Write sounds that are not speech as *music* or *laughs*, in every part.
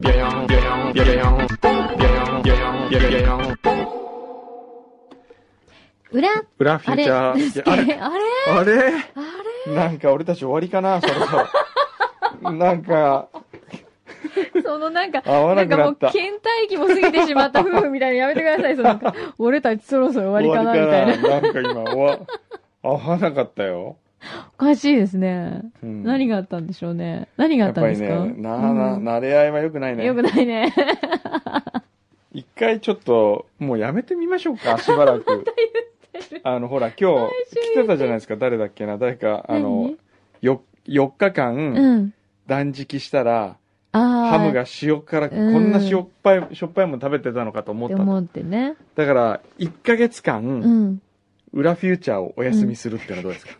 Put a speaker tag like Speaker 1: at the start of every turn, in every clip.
Speaker 1: ビャヤンビャヤンビャヤンビャヤンビャヤンビャヤン
Speaker 2: 裏、
Speaker 1: 裏フュ
Speaker 2: あ
Speaker 1: ー
Speaker 2: れ
Speaker 1: チャ
Speaker 2: です
Speaker 1: ー
Speaker 2: ね
Speaker 1: いやあれ
Speaker 2: あれ
Speaker 1: あれ
Speaker 2: あ
Speaker 1: なんか俺たち終わりかなそろそろなんか
Speaker 2: れそのなんか、
Speaker 1: 合わ
Speaker 2: な
Speaker 1: なんく
Speaker 2: か
Speaker 1: な
Speaker 2: も
Speaker 1: っ
Speaker 2: う、
Speaker 1: た
Speaker 2: 倦怠期も過ぎてしまった夫婦みたいなのやめてください。そ
Speaker 1: *laughs*
Speaker 2: のなんか、俺たちそろそろ終わりかな、みたいな。
Speaker 1: ななんか今終わ合わなかったよ、
Speaker 2: おかしいですね。
Speaker 1: うん
Speaker 2: 何があったんでしょうね。何があ
Speaker 1: や
Speaker 2: っ
Speaker 1: った
Speaker 2: ん
Speaker 1: ぱ
Speaker 2: で
Speaker 1: り
Speaker 2: す
Speaker 1: ね
Speaker 2: か
Speaker 1: なな、
Speaker 2: うん
Speaker 1: 慣れ合いは良くないね
Speaker 2: よくないね。
Speaker 1: 一回ちょっともうやめてみましょうかしばら
Speaker 2: *laughs*
Speaker 1: くあのほら今日来てたじゃないですか誰だっけな誰かあのよ4日間、
Speaker 2: *laughs* 何うん。
Speaker 1: 断食したら
Speaker 2: あ
Speaker 1: ハ
Speaker 2: あ。
Speaker 1: ムが塩辛く、
Speaker 2: うん
Speaker 1: こんな塩っぱい、しょっぱいもの食べてたのかと思
Speaker 2: っ
Speaker 1: ってたと。
Speaker 2: 思ってね。
Speaker 1: だから、1ヶ月間、
Speaker 2: うん。
Speaker 1: 裏フューチャーをお休みするってのはどうですか、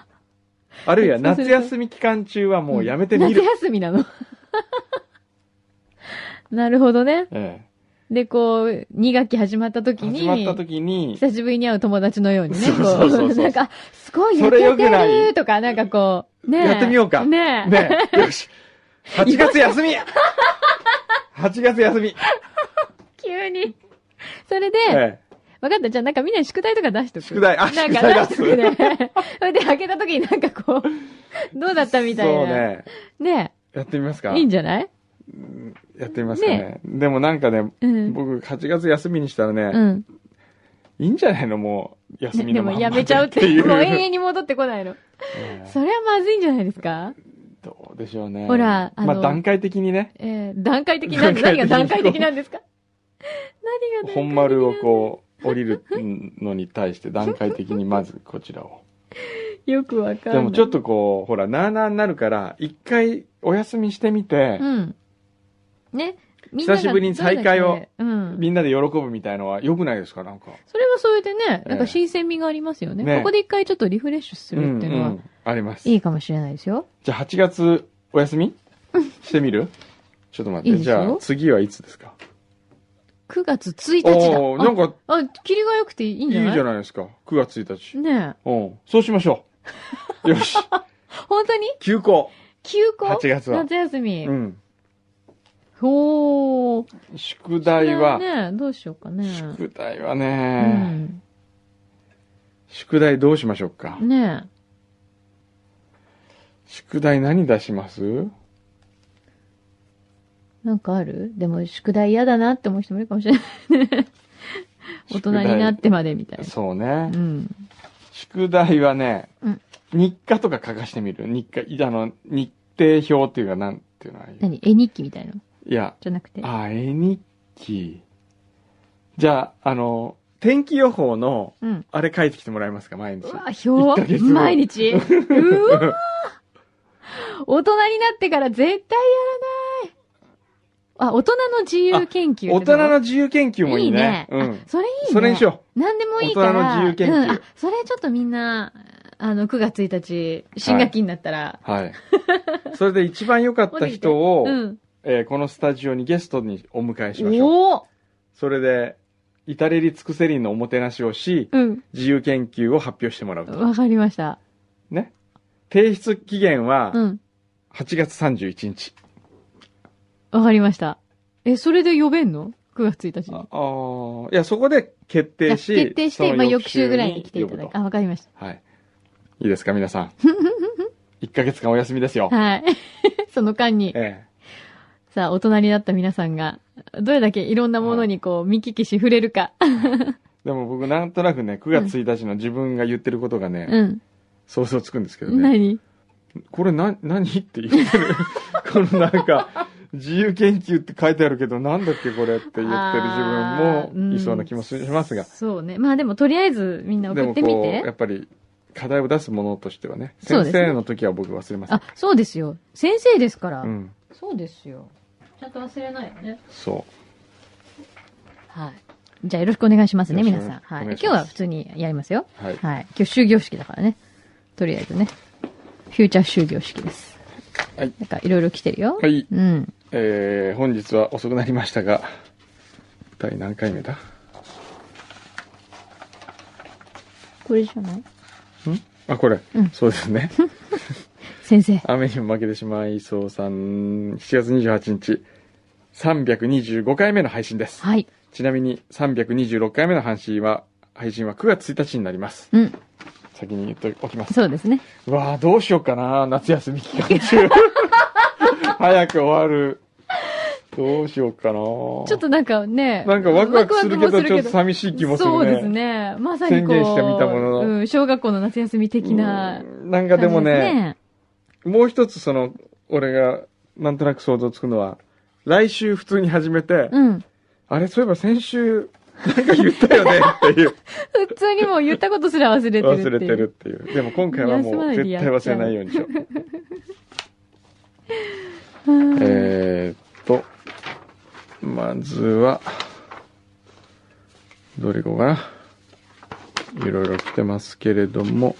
Speaker 1: *laughs* あるいは
Speaker 2: そうす
Speaker 1: 夏
Speaker 2: ると
Speaker 1: 休み期間中はもうやめてみる。
Speaker 2: 夏休みな
Speaker 1: *laughs*
Speaker 2: の。なるほどね。
Speaker 1: え
Speaker 2: で、こう、2学期始まった
Speaker 1: え
Speaker 2: 時に。
Speaker 1: 始まった時に、
Speaker 2: 久しぶりに会う友達のようにね、
Speaker 1: そうそうそうそう
Speaker 2: こう、なんか、すごい
Speaker 1: そ
Speaker 2: 焼
Speaker 1: れ
Speaker 2: け
Speaker 1: 良く
Speaker 2: て
Speaker 1: ない
Speaker 2: るとか、なんかこう、ねえ
Speaker 1: やってみようか
Speaker 2: ねえ
Speaker 1: ねえ、よし。8月休み !8 月休み、
Speaker 2: 急に。それで、
Speaker 1: え
Speaker 2: 分かった、じゃあなんかみんなに宿題とか出しとく。
Speaker 1: 宿題あ
Speaker 2: な
Speaker 1: 宿
Speaker 2: んか
Speaker 1: 題
Speaker 2: 出しとくね。 *laughs* それで開けた時になんかこう、どうだった
Speaker 1: え、
Speaker 2: み
Speaker 1: そ
Speaker 2: たいうな。
Speaker 1: ね。
Speaker 2: ね
Speaker 1: やってみますか
Speaker 2: えいいんじゃない
Speaker 1: やってみますかねでもなんかね、
Speaker 2: うん。
Speaker 1: 僕8月休みにしたらね、
Speaker 2: うん。
Speaker 1: いいんじゃないのもう、休み
Speaker 2: で
Speaker 1: の
Speaker 2: も
Speaker 1: まんま
Speaker 2: やめちゃうっ
Speaker 1: *laughs*
Speaker 2: て、
Speaker 1: いう。
Speaker 2: もう永遠に戻ってこないの。
Speaker 1: ええ
Speaker 2: それはまずいんじゃないですか
Speaker 1: どうでしょうね。
Speaker 2: ほらあの
Speaker 1: まあ段階的にね、
Speaker 2: えー、段階的なんで、
Speaker 1: 段階
Speaker 2: 何
Speaker 1: 的
Speaker 2: が
Speaker 1: に
Speaker 2: 段階的なんですか何が段階的
Speaker 1: 本丸をこう、降りるのに対して段階的にまずこちら
Speaker 2: *laughs*
Speaker 1: を。
Speaker 2: う。よくわかん
Speaker 1: で
Speaker 2: ない。
Speaker 1: もちょっとこう、ほら、なあなあになるから、一回お休みしてみて、
Speaker 2: うん。ね。みんなが
Speaker 1: 久しぶりに再会を
Speaker 2: どれだけうん。
Speaker 1: みんなで喜ぶみたいのは良くないですかなんか。
Speaker 2: それはそれでね、
Speaker 1: え
Speaker 2: なんか新鮮味がありますよね。
Speaker 1: ね
Speaker 2: ここで一回ちょっとリフレッシュするっていうのは、
Speaker 1: んんあります。
Speaker 2: いいかもしれないですよ。
Speaker 1: じゃあ8月お休
Speaker 2: *laughs*
Speaker 1: みしてみるちょっと待って。
Speaker 2: いいです
Speaker 1: じ
Speaker 2: よ
Speaker 1: ゃあ次はいつですか
Speaker 2: 9月1日だ。
Speaker 1: おおなんか
Speaker 2: あ、あ霧が良くていい
Speaker 1: い
Speaker 2: ん
Speaker 1: いじ
Speaker 2: じゃ
Speaker 1: ゃ
Speaker 2: ない
Speaker 1: ないですか。9月1日。
Speaker 2: ね
Speaker 1: うん。そうしましょう。よし。
Speaker 2: え。本当に
Speaker 1: 休校。
Speaker 2: *laughs* 休校
Speaker 1: 8月は
Speaker 2: 夏休み。
Speaker 1: うん。
Speaker 2: ほー。
Speaker 1: 宿題は、
Speaker 2: ねどうしようかね。
Speaker 1: 宿題は
Speaker 2: う
Speaker 1: ね、
Speaker 2: ん。
Speaker 1: 宿題どうしましょうか。
Speaker 2: ね
Speaker 1: 宿題何出します
Speaker 2: え。なんかあるでも宿題嫌だなって思う人もいるかもしれないね。大人になってまでみたいな。
Speaker 1: そう
Speaker 2: う
Speaker 1: ね。
Speaker 2: ん。
Speaker 1: 宿題はね、
Speaker 2: うん
Speaker 1: 日課とか書かしてみる。日課、いあの、日程表っていうか、なんていうのああいう
Speaker 2: 何絵日記みたいなの
Speaker 1: いや、
Speaker 2: じゃなくて。
Speaker 1: あ、絵日記。じゃあ、あの、天気予報の、
Speaker 2: うん。
Speaker 1: あれ書いてきてもらえますか、毎日
Speaker 2: う。わ、表
Speaker 1: 一ヶ月後 *laughs*
Speaker 2: 毎日うわ大人になってから絶対やらない。あ、大人の自由研究
Speaker 1: 大
Speaker 2: ってこと
Speaker 1: 人の自由研究もいいね。
Speaker 2: いいね
Speaker 1: うん。
Speaker 2: それいいね。
Speaker 1: それにしよ
Speaker 2: 何でもいいから。
Speaker 1: 大人の自由研究
Speaker 2: うん。あ、それちょっとみんな、あの、9月1日、新学期になったら。
Speaker 1: う。はい。それで一番良かった人
Speaker 2: *laughs*
Speaker 1: を、
Speaker 2: うん。
Speaker 1: えーこのスタジオにゲストにお迎えしましょう。
Speaker 2: おお
Speaker 1: それで、至れり尽くせりのおもてなしをし、
Speaker 2: うん。
Speaker 1: 自由研究を発表してもらうと。
Speaker 2: わかりました。
Speaker 1: ね。提出期限は
Speaker 2: う、ん。
Speaker 1: 8月31日。
Speaker 2: わかりました。え、それで呼べんの ?9 月1日に。
Speaker 1: ああーいや、そこで決定し、
Speaker 2: 決定し
Speaker 1: そ
Speaker 2: て、
Speaker 1: の
Speaker 2: まあ、翌週ぐらいに来ていただ
Speaker 1: 呼ぶ
Speaker 2: く。
Speaker 1: と
Speaker 2: あ、わかりまし
Speaker 1: はい。いいですか、皆さ
Speaker 2: *laughs*
Speaker 1: ん。1ヶ月間お休みですよ
Speaker 2: た。。はい。 *laughs* その間に。
Speaker 1: え
Speaker 2: さあ、大人になった皆さんが、どれだけいろんなものにこう、見聞きし触れるか。
Speaker 1: え。でも僕、なんとなくね、9月1日の自分が言ってることがね、
Speaker 2: うん。
Speaker 1: 想像つくんですけどね。
Speaker 2: 何
Speaker 1: これな、何って言ってる。 *laughs* このなんか、自由研究って書いてあるけど、なんだっけこれって言ってる
Speaker 2: あ
Speaker 1: 自
Speaker 2: ー
Speaker 1: 分もいそうな気もしますが。
Speaker 2: そうね。まあでも、とりあえずみんな
Speaker 1: で
Speaker 2: 送
Speaker 1: も
Speaker 2: ってみ
Speaker 1: こう、や
Speaker 2: て。
Speaker 1: っぱり、課題を出すものとしてはね、
Speaker 2: そうで
Speaker 1: 先
Speaker 2: すね
Speaker 1: 生の時は僕忘れません。
Speaker 2: あ、そうですよ。先生ですから。
Speaker 1: うん。
Speaker 2: そうですよ。ちゃんと忘れないよね。
Speaker 1: そ
Speaker 2: はい。じゃあよろしくお願いしますね、
Speaker 1: よろし
Speaker 2: 皆
Speaker 1: く
Speaker 2: さん。はい。
Speaker 1: お
Speaker 2: 今
Speaker 1: 願いし
Speaker 2: 日
Speaker 1: ます
Speaker 2: は普通にやりますよ。
Speaker 1: う。はい。
Speaker 2: はい。今日、終業式だからね。とりあえずね。フューチャー終業式です。
Speaker 1: はい。
Speaker 2: なんか、いろいろ来てるよ。
Speaker 1: はい。
Speaker 2: うん。
Speaker 1: えー、本日は遅くなりましたが、第何回目だ
Speaker 2: これじゃない
Speaker 1: あ、これ。
Speaker 2: うん
Speaker 1: そうですね。 *laughs*
Speaker 2: 先生。
Speaker 1: 雨にも負けてしまいそうさん、7月28日、325回目の配信です。
Speaker 2: はい。
Speaker 1: ちなみに、326回目の配信は、配信は9月1日になります。
Speaker 2: うん。
Speaker 1: 先に言っておきます。
Speaker 2: そうですね。
Speaker 1: うわあどうしようかな夏休み期間
Speaker 2: *laughs*
Speaker 1: 中。早く終わる。どうしようかなちょ
Speaker 2: ちょっとなんかね。
Speaker 1: なんかワクワクするけ
Speaker 2: ワクワ
Speaker 1: ど、
Speaker 2: ク
Speaker 1: ちょ
Speaker 2: も
Speaker 1: っと寂しい気もするね。
Speaker 2: そうですね。まさにこう。
Speaker 1: 宣言してみたものの
Speaker 2: うん、小学校の夏休み的な
Speaker 1: う。んなんかで
Speaker 2: 感じ
Speaker 1: も
Speaker 2: す
Speaker 1: ね、。もう一つその、俺がなんとなく想像つくのは、来週普通に始めて、
Speaker 2: うん。
Speaker 1: あれ、そういえば先週、なんか言ったよねっていう。
Speaker 2: 普通にもう言ったことすら忘れてるっていう。
Speaker 1: 忘れて
Speaker 2: *laughs*
Speaker 1: るっていう。でも今回はもう絶対忘れないようにしよう。 *laughs*
Speaker 2: うん。
Speaker 1: えーっと、まずは、どれいこうかな。いろいろ来てますけれども、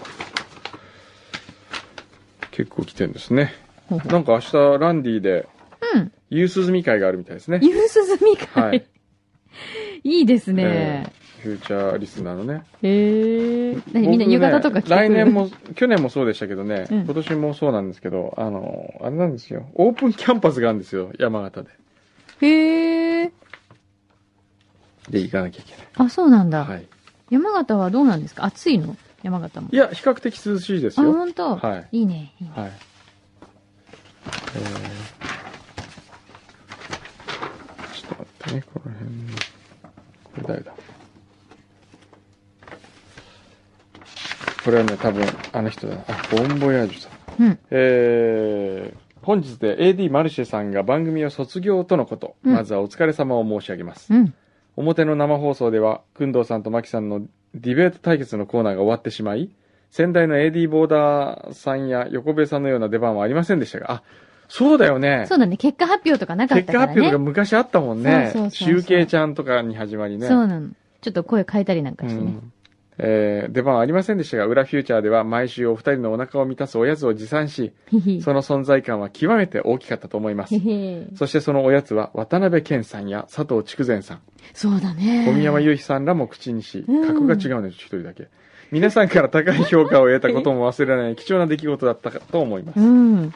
Speaker 1: 結構来てるんですね。
Speaker 2: ほうほう
Speaker 1: なんか明日、ランディで、
Speaker 2: うん。
Speaker 1: 夕涼み会があるみたいですね。
Speaker 2: 夕涼み会、
Speaker 1: はい
Speaker 2: い、いです
Speaker 1: え
Speaker 2: ね。
Speaker 1: ーフューチャーリスナーのね。
Speaker 2: へえー。何みんな
Speaker 1: 僕ね
Speaker 2: 夕方とか来てくる
Speaker 1: 来年。も、去年もそうでしたけどね、
Speaker 2: うん
Speaker 1: 今年もそうなんですけど、あの、あれなんですよ。オープンキャンパスがあるんですよ、山形で。
Speaker 2: へえー。
Speaker 1: で、行かなきゃいけない。
Speaker 2: あ、そうなんだ、
Speaker 1: はい。
Speaker 2: 山形はどうなんですか暑いの山形も
Speaker 1: い。や、比較的涼しいです
Speaker 2: あ、
Speaker 1: よ。
Speaker 2: 本当。
Speaker 1: はい
Speaker 2: いね。いいね。
Speaker 1: はい。えー、ちょっと待ってね、この辺の。これ誰だこれはね、多分、あの人だな。あ、ボンボヤージュさん。
Speaker 2: うん。
Speaker 1: えー、本日で AD マルシェさんが番組を卒業とのこと、
Speaker 2: うん
Speaker 1: まずはお疲れ様を申し上げます。
Speaker 2: うん。
Speaker 1: 表の生放送では、くんどうさんとまきさんのディベート対決のコーナーが終わってしまい、先代の AD ボーダーさんや横部さんのような出番はありませんでしたが、あ、そうだよね。
Speaker 2: そうだね。結果発表とかなかっ
Speaker 1: 結
Speaker 2: たか
Speaker 1: 果
Speaker 2: ら
Speaker 1: 発
Speaker 2: ね。
Speaker 1: 表が昔あったもんね。
Speaker 2: そうそうそうそう
Speaker 1: 集計ちゃんとかに始まりね。
Speaker 2: そうなの。ちょっと声変えたりなんかして
Speaker 1: う
Speaker 2: ね。
Speaker 1: んえー出番はありませんでしたが、裏フューチャーでは毎週お二人のお腹を満たすおやつを持参し、
Speaker 2: ひひ。
Speaker 1: その存在感は極めて大きかったと思います
Speaker 2: へ。へ
Speaker 1: そしてそのおやつは渡辺謙さんや佐藤筑前さん、
Speaker 2: *laughs* そうだね。
Speaker 1: 小宮山雄飛さんらも口にし、
Speaker 2: う
Speaker 1: 格
Speaker 2: ん
Speaker 1: が違うのです、一人だけ。皆さんから高い評価を得たことも忘れられない貴重な出来事だったかと思います。
Speaker 2: うん。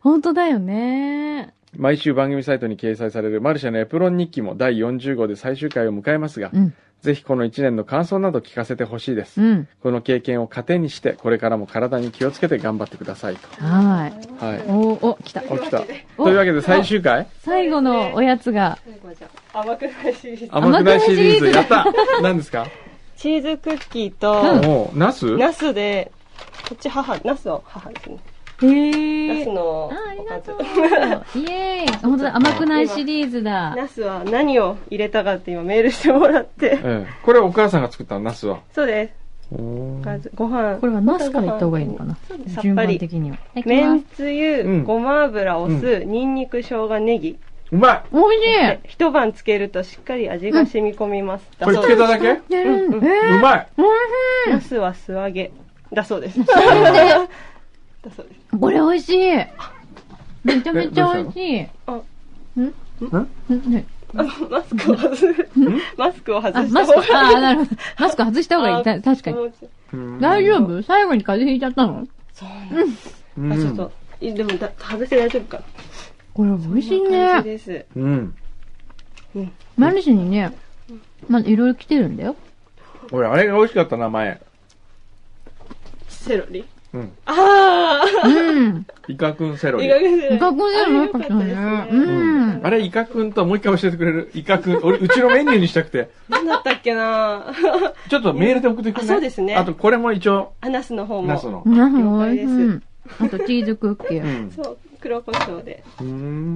Speaker 2: 本当だよね。
Speaker 1: 毎週番組サイトに掲載されるマルシェのエプロン日記も第40号で最終回を迎えますが
Speaker 2: う、ん。
Speaker 1: ぜひこの1年の感想など聞かせてほしいで
Speaker 2: う
Speaker 1: す。
Speaker 2: ん。
Speaker 1: この経験を糧にして、これからも体に気をつけて頑張ってくださいと。
Speaker 2: は
Speaker 1: はい
Speaker 2: い。。おーお、来た。
Speaker 1: お、来た。
Speaker 2: お
Speaker 1: というわけで最終回
Speaker 2: 最後のおやつが、
Speaker 3: 最後はじゃあ甘くないシリーズ
Speaker 1: 甘くないシリーズ。
Speaker 2: 甘くな
Speaker 1: や
Speaker 2: い
Speaker 1: った何ですか
Speaker 3: チーズクッキー
Speaker 2: う
Speaker 3: と、
Speaker 1: おう、ナス
Speaker 3: ナスで、こっち母、ナスの母ですね。
Speaker 2: へ
Speaker 3: ナス
Speaker 2: ー。
Speaker 3: のお
Speaker 2: あ、あり
Speaker 3: か
Speaker 2: がと
Speaker 3: ず。
Speaker 2: う。イエーイ。本当だ、甘くないシリーズだ。
Speaker 3: *laughs* ナスは何を入れたかって今メールしてもらって。
Speaker 1: ええ、これお母さんが作ったのナスは。
Speaker 3: そうです。
Speaker 1: お
Speaker 3: おかずご飯。
Speaker 2: これはナスからいった方がいいのかな
Speaker 3: で
Speaker 2: 順
Speaker 3: す。さっぱ
Speaker 2: 番
Speaker 3: り
Speaker 2: 的には。いただき
Speaker 3: め
Speaker 2: ま
Speaker 3: ん
Speaker 2: す
Speaker 3: つ
Speaker 1: うん
Speaker 3: ゆ、ごま油、お酢、にんにく、生姜、ネギ。
Speaker 1: うまい
Speaker 2: おいし
Speaker 3: で一晩漬けるとしっかり味が染み込みます。
Speaker 1: こ
Speaker 3: だ
Speaker 1: れ
Speaker 3: そ
Speaker 1: つ
Speaker 3: う
Speaker 1: け
Speaker 3: です。
Speaker 1: ただけ
Speaker 2: い。うん。え
Speaker 1: う
Speaker 2: ー
Speaker 1: まい
Speaker 3: ナスは素揚げ。だそう *laughs* です。だそうです。
Speaker 2: これ美味しい。めちゃめちゃ美味しい。
Speaker 3: あ
Speaker 1: ん
Speaker 2: んね
Speaker 3: あマスクを外す。マスクを
Speaker 2: あ、
Speaker 3: 外した
Speaker 2: マス
Speaker 3: 方
Speaker 2: ク、
Speaker 3: がい
Speaker 2: あ
Speaker 3: い。
Speaker 2: ー、なるほど。マスク外した方がいい。た確かに。
Speaker 3: に。
Speaker 1: うん
Speaker 2: 大丈夫最後に風邪ひいちゃったの
Speaker 3: そうなんです。
Speaker 1: うん
Speaker 3: あ、ちょっと、いでもだ、外して大丈夫かな。
Speaker 2: これ美味しい
Speaker 3: こんな感じ
Speaker 2: ね。
Speaker 3: です。
Speaker 1: うん。
Speaker 2: マルシェにね、まあいろいろ来てるんだよ。
Speaker 1: 俺、あれが美味しかったな、前。
Speaker 3: セロリ。
Speaker 1: うん。
Speaker 3: あ
Speaker 2: うん。
Speaker 1: イカくんセロ
Speaker 3: あ、
Speaker 1: リ
Speaker 3: 意。外ですね。
Speaker 2: 学校でもよかったね。うん。
Speaker 1: あれ、イカくんともう一回教えてくれるイカくん。俺、うちのメニューにしたくて。 *laughs*
Speaker 3: 何だったっけな
Speaker 1: ちょっとメールで送ってくれない
Speaker 3: あそうですね
Speaker 1: あと、これも一応、
Speaker 3: あ、ナスの方も。
Speaker 1: ナスの。
Speaker 2: な
Speaker 3: 了
Speaker 2: ん
Speaker 3: 解
Speaker 2: 美
Speaker 3: で
Speaker 2: 味
Speaker 3: す
Speaker 2: しい。あとチーズクッキ
Speaker 1: う
Speaker 2: ー。
Speaker 1: ん。
Speaker 3: そう、黒胡椒で。
Speaker 1: うーん。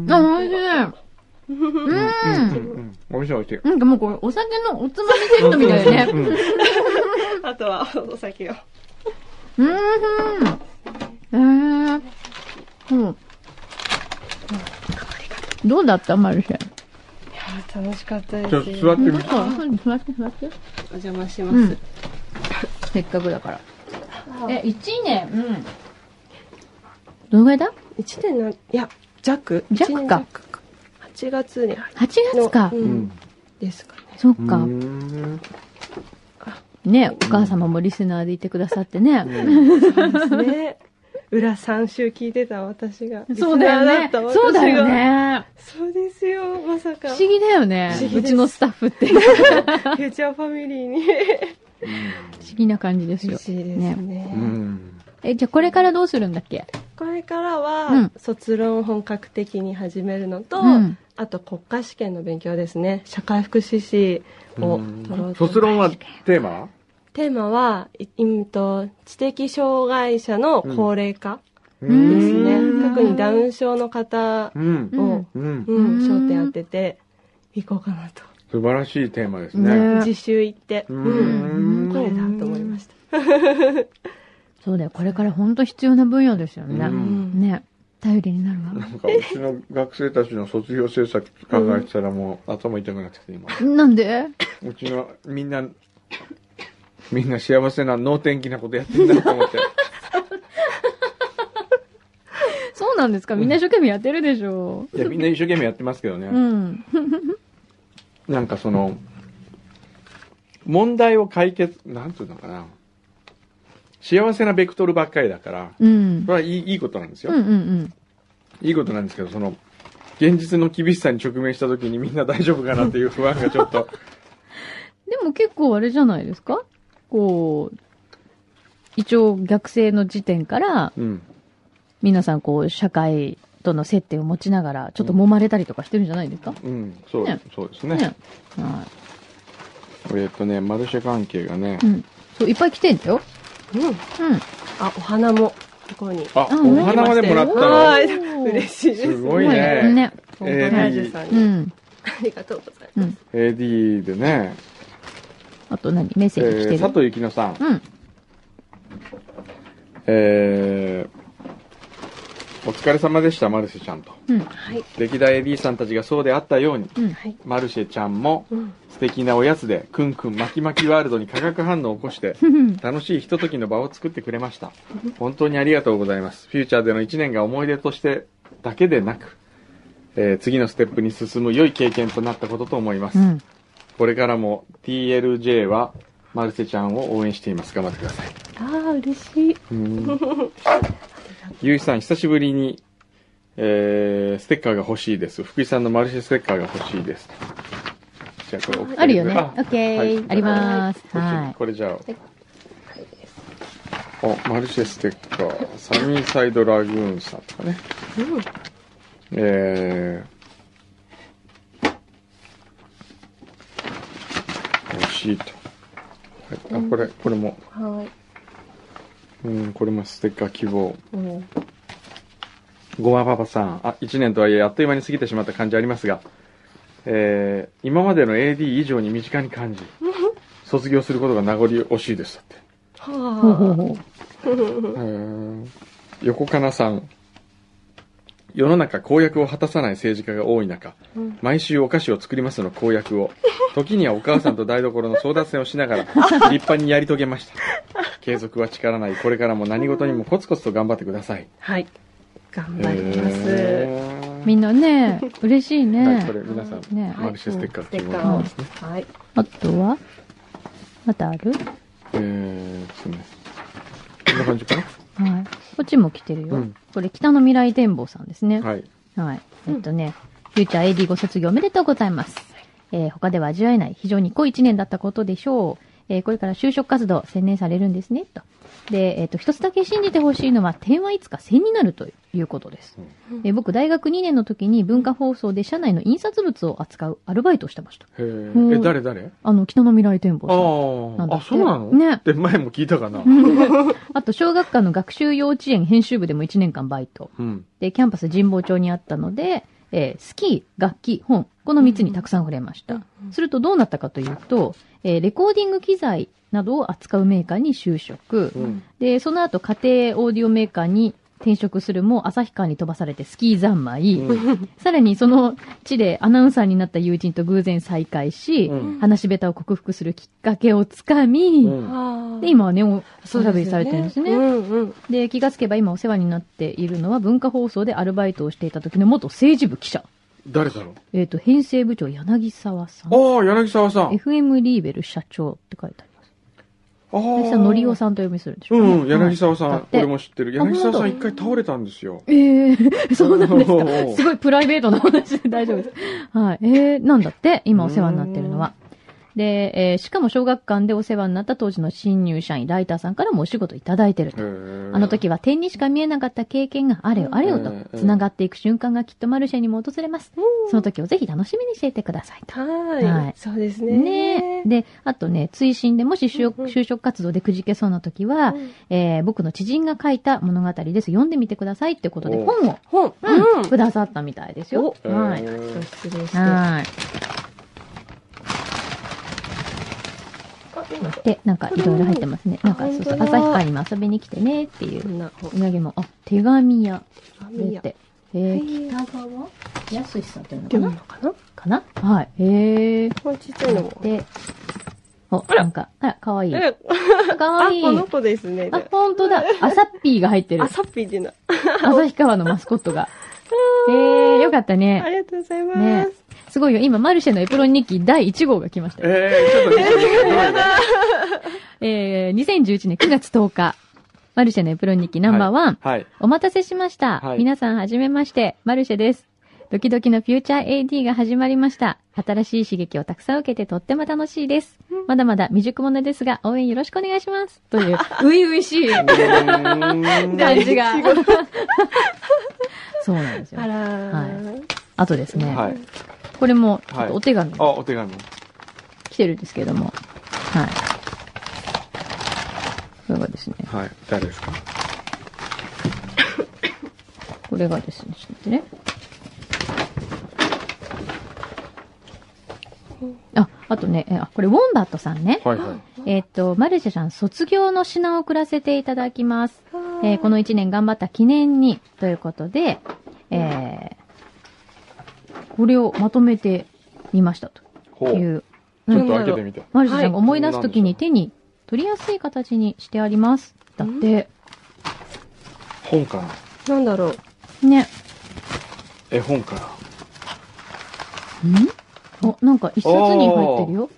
Speaker 1: うん
Speaker 2: あ、美味しい。
Speaker 1: うん
Speaker 2: う。
Speaker 1: うんん美味しい美味しい。
Speaker 2: なんかもうこれお酒のおつまみセットみたいだよね。
Speaker 1: うん
Speaker 3: あとは、お酒を。
Speaker 2: うん。えー。うん。どうだったマルシェ。
Speaker 3: や楽しかったです
Speaker 1: ちょっと座ってみ
Speaker 2: なんか、座って座って。
Speaker 3: お邪魔し
Speaker 2: う
Speaker 3: ま
Speaker 2: ん
Speaker 3: す、。
Speaker 2: *laughs* せっかくだから。え、1年。うん。どのぐらいだ
Speaker 3: 一年なんいや弱
Speaker 2: 弱か
Speaker 3: 一年か8月に入
Speaker 2: ?8 月か
Speaker 3: う。ん
Speaker 1: うん
Speaker 3: ですかね
Speaker 2: そっ
Speaker 1: う
Speaker 2: か。
Speaker 1: ーん
Speaker 2: ね、お母様もリスナーでいてくださってね。
Speaker 3: そうですね裏三週聞いてた私が
Speaker 2: *laughs* そうだよ
Speaker 3: リ
Speaker 2: ね。
Speaker 3: スナーだった私が
Speaker 2: そうだよね。
Speaker 3: そうですよまさ
Speaker 2: 不
Speaker 3: か
Speaker 2: 思 *laughs*
Speaker 3: フ *laughs* ュ
Speaker 2: 議だよね
Speaker 3: 不思。議
Speaker 2: う
Speaker 3: です
Speaker 2: ちのスタッフって。不
Speaker 3: ーチャーファミリーに
Speaker 2: 思議な感じですよ
Speaker 3: 嬉。しいですね
Speaker 2: ね
Speaker 1: うん
Speaker 2: え、じゃあこれからどうするんだっけ
Speaker 3: これからは、
Speaker 2: うん
Speaker 3: 卒論を本格的に始めるのと、
Speaker 2: うん
Speaker 3: あと国家試験の勉強ですね社会福祉士を取ろうと
Speaker 1: 卒論はテーマ
Speaker 3: テーマはいうんと知的障害者の高齢化
Speaker 1: う
Speaker 2: うん
Speaker 3: です
Speaker 1: ん
Speaker 3: ね、
Speaker 2: うん
Speaker 3: 特にダウン症の方
Speaker 1: うん
Speaker 3: を、うん
Speaker 1: うん
Speaker 2: うん
Speaker 3: 焦点当てていこうかなと、
Speaker 1: 素晴らしいテーマです
Speaker 2: ね
Speaker 1: ね
Speaker 3: 自習行って、
Speaker 1: う
Speaker 3: うん
Speaker 1: ん
Speaker 3: これだと思いました、
Speaker 2: そうだよ。これから本当必要な分野ですよね。
Speaker 1: うん
Speaker 2: ね。頼りになる
Speaker 1: *laughs*
Speaker 2: わ。
Speaker 1: なんかうちの学生たちの卒業政策考えてたらもう頭痛くなってきて今
Speaker 2: なんで
Speaker 1: うちのみんなみんな幸せな能天気なことやってんだと思って
Speaker 2: そうなんですかみんな一生懸命やってるでしょ
Speaker 1: いやみんな一生懸命やってますけどね、
Speaker 2: う。うん。
Speaker 1: なんかその問題を解決なんていうのかな幸せなベクトルばっかりだから
Speaker 2: うん
Speaker 1: そ。れはいいいいことなんですよ、
Speaker 2: うんうん
Speaker 1: いいことなんですけどその現実の厳しさに直面した時にみんな大丈夫かなっていう不安がちょっ
Speaker 2: *laughs*
Speaker 1: と
Speaker 2: でも結構あれじゃないですかこう、一応逆性の時点から、
Speaker 1: うん
Speaker 2: 皆さんこう、社会との接点を持ちながら、ちょっと揉まれたりとかしてるんじゃないですか、
Speaker 1: うんそう、
Speaker 2: ね
Speaker 1: そうですね
Speaker 2: ね。は
Speaker 1: えっとねマルシェ関係がね
Speaker 2: い。うん。そう、いっぱい来てんだよ。
Speaker 3: うんあお花もここに
Speaker 1: あ
Speaker 2: あ
Speaker 1: お花までもらっ
Speaker 2: う
Speaker 1: た
Speaker 2: ん。
Speaker 1: の
Speaker 3: はい
Speaker 2: おー
Speaker 3: 嬉しいです
Speaker 1: すごいね
Speaker 2: ね。
Speaker 3: 本
Speaker 1: えー
Speaker 3: 当ラジュさん
Speaker 2: う
Speaker 3: に、
Speaker 2: ん。
Speaker 3: ありがとうございます、
Speaker 2: うん
Speaker 1: AD でね、
Speaker 2: あと何メッ
Speaker 1: え
Speaker 2: セージ来て
Speaker 1: ー
Speaker 2: る。
Speaker 1: 佐藤幸乃さん、
Speaker 2: うん。
Speaker 1: えーお疲れ様でしたマルシェちゃんと
Speaker 2: うん。
Speaker 3: はい、
Speaker 1: 歴代 AD さんたちがそうであったように
Speaker 2: うん。
Speaker 3: はい
Speaker 1: マルシェちゃんも
Speaker 3: うん、
Speaker 1: 素敵なおやつでくんくん巻き巻きワールドに化学反応を起こして楽しいひとときの場を作ってくれました本当にありがとうございますフューチャーでの1年が思い出としてだけでなく、えー次のステップに進む良い経験となったことと思います、
Speaker 2: うん。
Speaker 1: これからも TLJ はマルセちゃんを応援しています。頑張ってください。
Speaker 3: ああ嬉しい
Speaker 1: ゆういさん、久しぶりに、えー、ステッカーが欲しいです。福井さんのマルシェステッカーが欲しいです。じゃあこれ送ってくれ
Speaker 2: あるよね。オ
Speaker 1: あ
Speaker 2: ッケー。あります。
Speaker 1: こっちに
Speaker 2: はい。
Speaker 1: これじゃあ、おマルシェステッカー、サニーサイドラグーンさんとかね。えー、欲しいと。はい、あ、これ、これも、
Speaker 3: はい
Speaker 1: うん、これもステッカー希望。
Speaker 3: うん
Speaker 1: ごまパパさん、あ、1年とはいえ、あっという間に過ぎてしまった感じありますが、えー、今までの AD 以上に身近に
Speaker 3: *laughs*
Speaker 1: 感じ、卒業することが名残惜しいです。だって。
Speaker 2: ほうほう
Speaker 3: は
Speaker 2: ほ
Speaker 1: えー横かなさん世の中公約を果たさない政治家が多い中、
Speaker 3: うん
Speaker 1: 毎週お菓子を作りますの公約
Speaker 3: *laughs*
Speaker 1: を時にはお母さんと台所の争奪戦をしながら立派にやり遂げました継続は力ないこれからも何事にもコツコツと頑張ってください
Speaker 3: あはい頑張ります、
Speaker 1: えー
Speaker 2: う。みんなね、嬉しい
Speaker 1: はい、これ。
Speaker 2: ね
Speaker 1: 皆さん、
Speaker 2: ね
Speaker 1: マルシェステッカーっていうも
Speaker 3: ステッカ
Speaker 1: の
Speaker 3: ー
Speaker 1: を
Speaker 3: を
Speaker 1: ですね、
Speaker 3: はい。
Speaker 2: あとはまたある
Speaker 1: えーそうねこんな感じかな
Speaker 2: はい。こっちも来てるよ。
Speaker 1: うん
Speaker 2: これ、北の未来展望さんですね。
Speaker 1: *laughs* はい
Speaker 2: はい。えっとね、フューチャー AD ご卒業おめでとうございます。えー他では味わえない非常に濃い一年だったことでしょう。えーこれから就職活動専念されるんですね、と。で、えっ、と、一つだけ信じてほしいのは、点はいつか線になるということです。えー僕、大学2年の時に文化放送で社内の印刷物を扱うアルバイトをしてました。
Speaker 1: へ
Speaker 2: うん
Speaker 1: ーえ誰誰
Speaker 2: あの、北の未来展望
Speaker 1: あ
Speaker 2: さん。なん
Speaker 1: ー
Speaker 2: だ
Speaker 1: あそうなの
Speaker 2: ね *laughs*
Speaker 1: って前も聞いたかな
Speaker 2: あと、小学館の学習幼稚園編集部でも1年間バイト。
Speaker 1: うん
Speaker 2: で、キャンパス神保町にあったので、えースキー、楽器、本、この3つにたくさん触れました。するとどうなったかというと、えーレコーディング機材などを扱うメーカーに就職。
Speaker 1: うん
Speaker 2: で、その後家庭オーディオメーカーに転職するも旭川に飛ばされてスキー三昧、
Speaker 1: うん
Speaker 2: さらにその地でアナウンサーになった友人と偶然再会し、
Speaker 1: うん
Speaker 2: 話し下手を克服するきっかけをつかみ、
Speaker 1: うん
Speaker 2: で、今はね、おおしゃべりされてるんですね。
Speaker 3: うんうん。
Speaker 2: で、気がつけば今お世話になっているのは文化放送でアルバイトをしていた時の元政治部記者。
Speaker 1: 誰だろう
Speaker 2: えっ、と、編成部長柳沢さん。
Speaker 1: ああ、柳沢さん。
Speaker 2: FM リーベル社長って書いてあります。
Speaker 1: ああ。
Speaker 2: 柳沢のりおさんとお読みするんでしょ
Speaker 1: う
Speaker 2: ね
Speaker 1: んうん、柳沢さ
Speaker 2: は
Speaker 1: ん
Speaker 2: いだ、って
Speaker 1: 俺も知ってる。柳沢さん
Speaker 2: あ
Speaker 1: 一回倒れたんですよ。
Speaker 2: ええー、 *laughs* そうなんです
Speaker 1: おー
Speaker 2: か。すごいプライベートな話で大丈夫です。はい。えー、なんだって、今お世話になってるのは。で、えーしかも小学館でお世話になった当時の新入社員、ライターさんからもお仕事いただいてると。あ
Speaker 1: あ
Speaker 2: の時は点にしか見えなかった経験があれよあれよと
Speaker 1: うん、
Speaker 2: 繋がっていく瞬間がきっとマルシェにも訪れます。その時をぜひ楽しみにしていてくださいと。
Speaker 3: はい、
Speaker 2: はい
Speaker 3: そうです
Speaker 2: ね
Speaker 3: ね。
Speaker 2: で、あとね、追伸でもし就職
Speaker 3: うんうん
Speaker 2: 就職活動でくじけそうな時は、
Speaker 3: うん
Speaker 2: えー僕の知人が書いた物語です。読んでみてくださいってことで
Speaker 1: お
Speaker 2: 本を、
Speaker 3: 本。
Speaker 2: うん
Speaker 3: うん
Speaker 2: くださったみたいですよ。
Speaker 1: お
Speaker 2: は
Speaker 1: へ
Speaker 2: い。
Speaker 1: ー
Speaker 3: 失礼して。あ
Speaker 2: はい。
Speaker 3: 今
Speaker 2: で、なんかいろいろ入ってますね。なんか、
Speaker 3: あ
Speaker 2: そうそう、
Speaker 3: 本当
Speaker 2: 旭
Speaker 3: だ
Speaker 2: 川にも遊びに来てねってい
Speaker 3: こ
Speaker 2: う。
Speaker 3: んな本
Speaker 2: お。土産も、あ、手紙屋。
Speaker 3: 紙
Speaker 2: 出
Speaker 3: や。
Speaker 2: て。え
Speaker 3: へ
Speaker 2: ー、
Speaker 3: ー
Speaker 2: 北川安さんっていうの
Speaker 3: で
Speaker 2: か
Speaker 3: も
Speaker 2: な
Speaker 3: のかな
Speaker 2: かなはい。へえ。
Speaker 3: このちっちゃいのも。
Speaker 2: で、お、
Speaker 3: ら
Speaker 2: なんか、あら、かわいい。
Speaker 3: え
Speaker 2: か
Speaker 3: あ、
Speaker 2: わいい。
Speaker 3: この子ですね。
Speaker 2: あ、ほんとだ。アサッピーが入ってる
Speaker 3: あ、。サッピーっていうの。
Speaker 2: 旭川のマスコット
Speaker 3: *laughs*
Speaker 2: が。えー、よかった
Speaker 3: あ
Speaker 2: ね。
Speaker 3: りがとうございます。
Speaker 2: ねすごいよ。今、マルシェのエプロン日記第1号が来ましたよ。
Speaker 1: えー、ちょっと、
Speaker 2: *laughs* えー、2011年9月10日。マルシェのエプロン日記ナンバーワン。
Speaker 1: はい。
Speaker 2: お待たせしました。
Speaker 1: はい
Speaker 2: 皆さんはじめまして、マルシェです。ドキドキのフューチャー AD が始まりました。新しい刺激をたくさん受けてとっても楽しいです。まだまだ未熟者ですが、応援よろしくお願いします。と
Speaker 1: *laughs*
Speaker 2: いう、初々しい感
Speaker 1: うーん *laughs*
Speaker 2: じが。そうなんですよ
Speaker 3: あ。らー。
Speaker 2: あとですね、
Speaker 1: はい。
Speaker 2: これも、ちょっとお手紙
Speaker 1: あ、お手紙。
Speaker 2: 来てるんですけれども、はい。これがですね、
Speaker 1: はい。誰ですか
Speaker 2: これがですね、ちょっと待ってね。あ、あとね、えあ、これ、ウォンバットさんね。
Speaker 1: はいはい。
Speaker 2: えっと、マルシェさん、卒業の品を送らせていただきます。えーこの1年頑張った記念に、ということで、えーこれをまとめてみました
Speaker 1: ほ
Speaker 2: と
Speaker 1: う。
Speaker 2: い
Speaker 1: ち
Speaker 2: う。
Speaker 1: ょっと開けてみて。
Speaker 2: マルシェさんが思い出すとき
Speaker 1: は
Speaker 2: に
Speaker 1: い
Speaker 2: 手に取りやすい形にしてあります。だって、
Speaker 1: 本かな
Speaker 3: なんだろう。
Speaker 2: ね。
Speaker 1: 絵本かな
Speaker 2: うんお、なんか一冊に入ってるよ。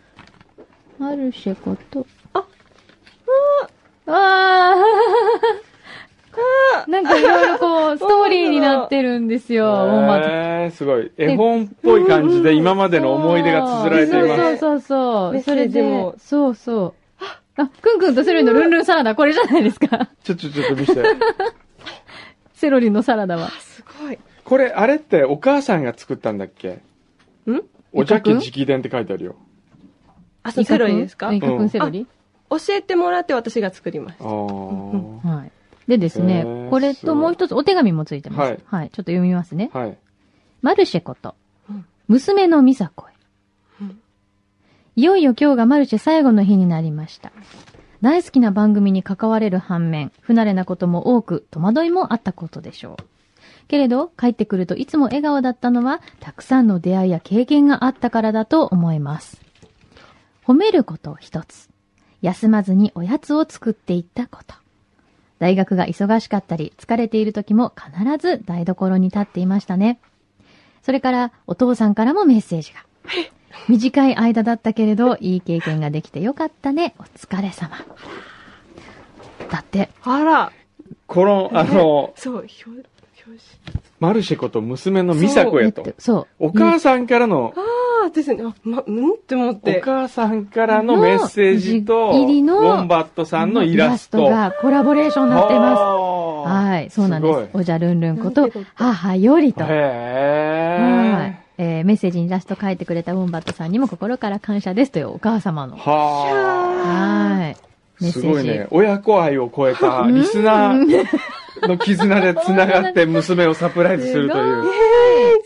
Speaker 2: マルシェこと。あ、ああなんかいろいろこう、ストーリーになってるんです *laughs* よ、ウォンバット。
Speaker 1: えー、すごい。絵本っぽい感じで今までの思い出が綴られています。
Speaker 2: そうそうそうそう。
Speaker 3: メッセ
Speaker 2: それ
Speaker 3: ージ
Speaker 2: で
Speaker 3: も、
Speaker 2: そうそう。あ、くんくんとセロリのルンルンサラダ、これじゃないですか。
Speaker 1: ちょ、ちょ、ちょっと見せて。
Speaker 2: *laughs* セロリのサラダは。
Speaker 3: すごい。
Speaker 1: これ、あれってお母さんが作ったんだっけ
Speaker 3: ん
Speaker 1: おじゃき直伝って書いてあるよ。
Speaker 3: あ、そう、セロリですか
Speaker 2: イカくんイカくんセロリ
Speaker 3: 教えてもらって私が作りまし
Speaker 1: あ
Speaker 3: た。
Speaker 1: ー。
Speaker 2: はい。でですね
Speaker 1: へー、
Speaker 2: これともう一つお手紙もついてます。は
Speaker 1: はいい。
Speaker 2: ちょっと読みますね。
Speaker 1: はい。
Speaker 2: マルシェこと
Speaker 3: うん、
Speaker 2: 娘のミサコへ
Speaker 3: うん。
Speaker 2: いよいよ今日がマルシェ最後の日になりました。大好きな番組に関われる反面、不慣れなことも多く、戸惑いもあったことでしょう。けれど、帰ってくるといつも笑顔だったのは、たくさんの出会いや経験があったからだと思います。褒めること一つ。休まずにおやつを作っていったこと。大学が忙しかったり、疲れている時も必ず台所に立っていましたね。それから、お父さんからもメッセージが。短い間だったけれど、いい経験ができてよかったね。お疲れ様。だって、
Speaker 3: あら、
Speaker 1: この、あの、
Speaker 3: そう、表、表紙。
Speaker 1: マルシェこと娘のミサコへと
Speaker 2: だっ。てそう。
Speaker 1: お母さんからの、
Speaker 3: ああ、ですね。あ、ま、うんって思
Speaker 1: お
Speaker 3: って。
Speaker 1: 母さんからのメッセージと、
Speaker 2: の入りの
Speaker 1: ウォンバットさんのイラスト。
Speaker 2: がコラボレーションになっています。
Speaker 1: は
Speaker 2: はい、そうなんです
Speaker 1: ごい
Speaker 2: す。おじゃるんるんこ
Speaker 3: な
Speaker 2: と
Speaker 3: んてこと、
Speaker 2: 母よりと。はい。
Speaker 1: へ
Speaker 2: えーメッセージにイラスト書いてくれたウォンバットさんにも心から感謝ですというお母様の。
Speaker 1: ー。
Speaker 2: は。
Speaker 1: はいあ。
Speaker 2: メッセ
Speaker 1: す
Speaker 2: ージ。
Speaker 1: ごいね。親子愛を超えたリスナーの絆で繋がって娘をサプライズするという。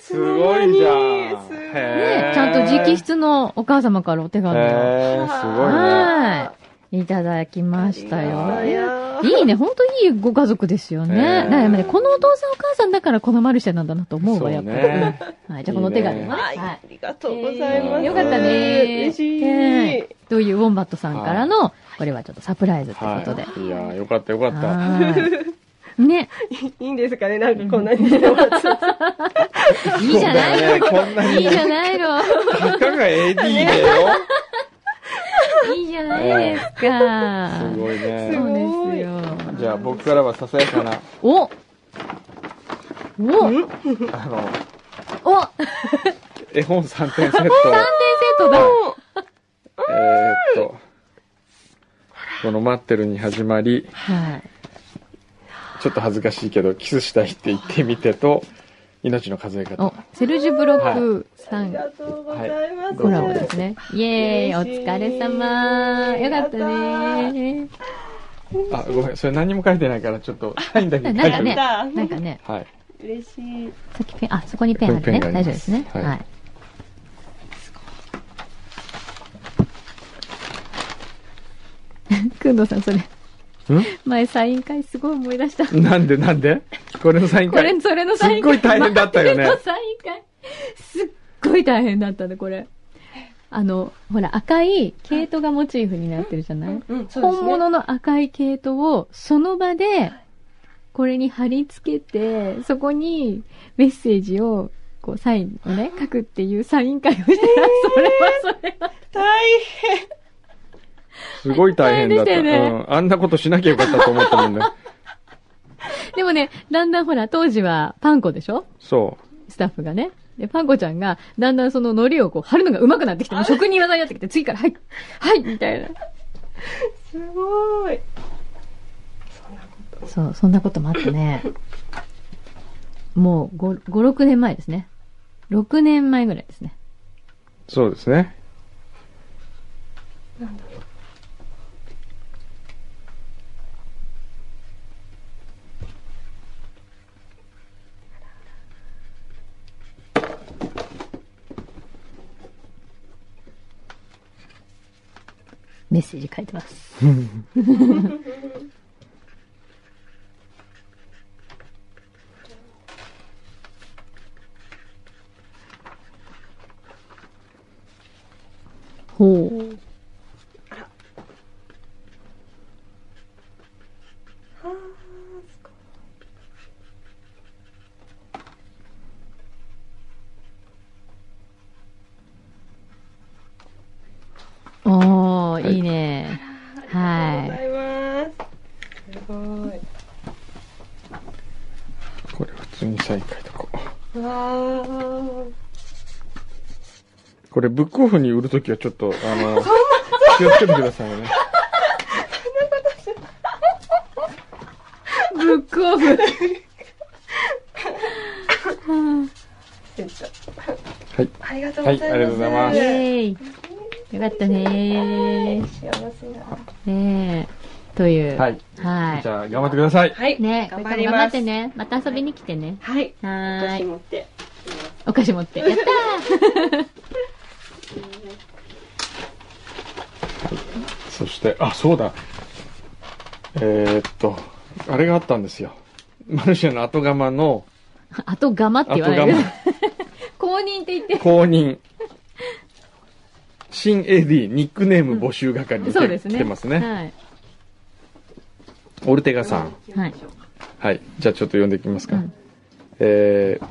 Speaker 1: すごいじゃん。へ
Speaker 2: ね
Speaker 1: ー
Speaker 2: ちゃんと直筆のお母様からお手紙を。
Speaker 1: へーすごいね。
Speaker 2: はい。いただきましたよ。
Speaker 3: いや
Speaker 2: いいね、本当いいご家族ですよね。
Speaker 1: ねえ
Speaker 2: だからねこのお父さんお母さんだからこのマルシェなんだなと思う
Speaker 1: そ
Speaker 2: わ、
Speaker 1: う
Speaker 2: やっぱり。
Speaker 1: ね。
Speaker 2: はい、じゃあこのお手紙
Speaker 1: いい
Speaker 2: ね。
Speaker 1: ね
Speaker 3: はい、
Speaker 2: は
Speaker 3: あ
Speaker 2: い。
Speaker 3: りがとうございます。
Speaker 1: えー
Speaker 2: よかったね。
Speaker 3: 嬉しい。
Speaker 2: ねえというウォンバットさんからの、これはちょっとサプライズということで。
Speaker 1: はい、いやーよかったよかった。
Speaker 2: はいね、
Speaker 3: いいんですかねなんかこんなにしてもらって。
Speaker 2: いいじゃな
Speaker 1: そ
Speaker 2: い
Speaker 1: うだよねこんなに
Speaker 2: いいじゃないの。
Speaker 1: たかが AD だよ。
Speaker 2: いいじゃないですか。
Speaker 1: すごいね。
Speaker 2: そうです
Speaker 3: ごい
Speaker 2: よ。
Speaker 1: じゃあ僕からはささやかな、
Speaker 2: おお
Speaker 3: ん
Speaker 1: あの、
Speaker 2: お三点
Speaker 1: 絵本3点セット。
Speaker 2: セットだ
Speaker 1: えーっと、この待ってるに始まり、
Speaker 2: はい。
Speaker 1: ちょっと恥ずかしいけど、キスしたいって言ってみてと、命の数え方
Speaker 2: お。、セルジュブロックさ
Speaker 3: あり
Speaker 2: ん
Speaker 3: がとうございます。
Speaker 1: ど
Speaker 2: コ
Speaker 1: う
Speaker 2: ラ
Speaker 1: ぞ
Speaker 2: ボですね。イエーイ、お
Speaker 3: 嬉しい
Speaker 2: 疲れ様。よかったね。
Speaker 1: あ、ごめん、それ何も書いてないから、ちょっと、サインだけ書い
Speaker 2: なんか
Speaker 1: て
Speaker 2: ね
Speaker 1: る。
Speaker 3: やった
Speaker 2: なんかね、
Speaker 1: はい。
Speaker 3: 嬉しい。
Speaker 2: さっきペン、あ、そこにペンあるね。
Speaker 1: ここにペンがあり
Speaker 2: 大丈夫
Speaker 1: ま
Speaker 2: ですすね。
Speaker 1: はい
Speaker 2: はい。 *laughs* くんどうさん、それ。前、サイン会すごい思い出した。
Speaker 1: んなんでなんでこれのサイン
Speaker 2: こ
Speaker 1: 会
Speaker 2: れ、それの
Speaker 1: す
Speaker 2: サ
Speaker 1: っ
Speaker 2: イン
Speaker 1: ご
Speaker 2: 会。
Speaker 1: い大変だったよね
Speaker 2: 待ってのサイン会。すっごい大変だったね、これ。あの、ほら、赤い毛糸がモチーフになってるじゃない
Speaker 3: うん、そうですね。
Speaker 2: 本物の赤い毛糸をその場でこれに貼り付けて、そこにメッセージをこうサインをね、書くっていうサイン会をしてた。それはそれは。
Speaker 3: 大変。
Speaker 1: すごい大変だっ
Speaker 2: 大
Speaker 1: た。
Speaker 2: 変でしたよね
Speaker 1: うん。あんなことしなきゃよかったと思ってるんだよ。
Speaker 2: でもね、だんだんほら、当時はパンコでしょ
Speaker 1: そ
Speaker 2: スタッフがね。で、パンコちゃんが、だんだんその糊をこう貼るのが上手くなってきて、もう職人技になってきて、次から、はい、はい、みたいな。
Speaker 3: すごい。
Speaker 2: そう、そんなこともあったね。もう5、6年前ですね。6年前ぐらいですね。
Speaker 1: う。そうですね。
Speaker 2: メッセージ書いてます。ほう。おー、い、いね。
Speaker 3: ありが
Speaker 2: は
Speaker 3: とうございます。すごい。
Speaker 1: これ普通にサイン書いとこう。
Speaker 3: わー
Speaker 1: これブックオフに売るときはちょっと、あの、気をつけてくださいね。
Speaker 2: い。ブックオフ。
Speaker 3: えっと
Speaker 1: はい。
Speaker 3: ありがとうございます。
Speaker 1: はいありがとうございま
Speaker 2: イ
Speaker 1: す
Speaker 2: ェーイ。よかったね
Speaker 3: 幸せな。
Speaker 2: ー。ねえ。という。
Speaker 1: はい。
Speaker 2: はい
Speaker 1: じゃあ、頑張ってください。
Speaker 3: はい。
Speaker 2: ねえ、
Speaker 3: 頑張り
Speaker 2: 頑張
Speaker 3: ま
Speaker 2: って
Speaker 3: す。
Speaker 2: ね。また遊びに来てね。
Speaker 3: はい。
Speaker 2: はー
Speaker 3: 私
Speaker 2: い。
Speaker 3: 持 *laughs* って。
Speaker 2: お菓子持って。やった
Speaker 1: そして、あ、そうだ。えー、っと、あれがあったんですよ。マルシェの後釜の、
Speaker 2: *laughs* ー。あと、ガマって
Speaker 1: 後
Speaker 2: 言われる
Speaker 1: 釜。、
Speaker 2: *laughs* 公認って言って。
Speaker 1: 公認、新 AD、ニックネーム募集係に来て,、
Speaker 2: そうですね。
Speaker 1: 来てますね。
Speaker 2: はい。
Speaker 1: オルテガさん。
Speaker 2: はい。
Speaker 1: はい。じゃあちょっと読んでいきますか。
Speaker 2: うん
Speaker 1: えー、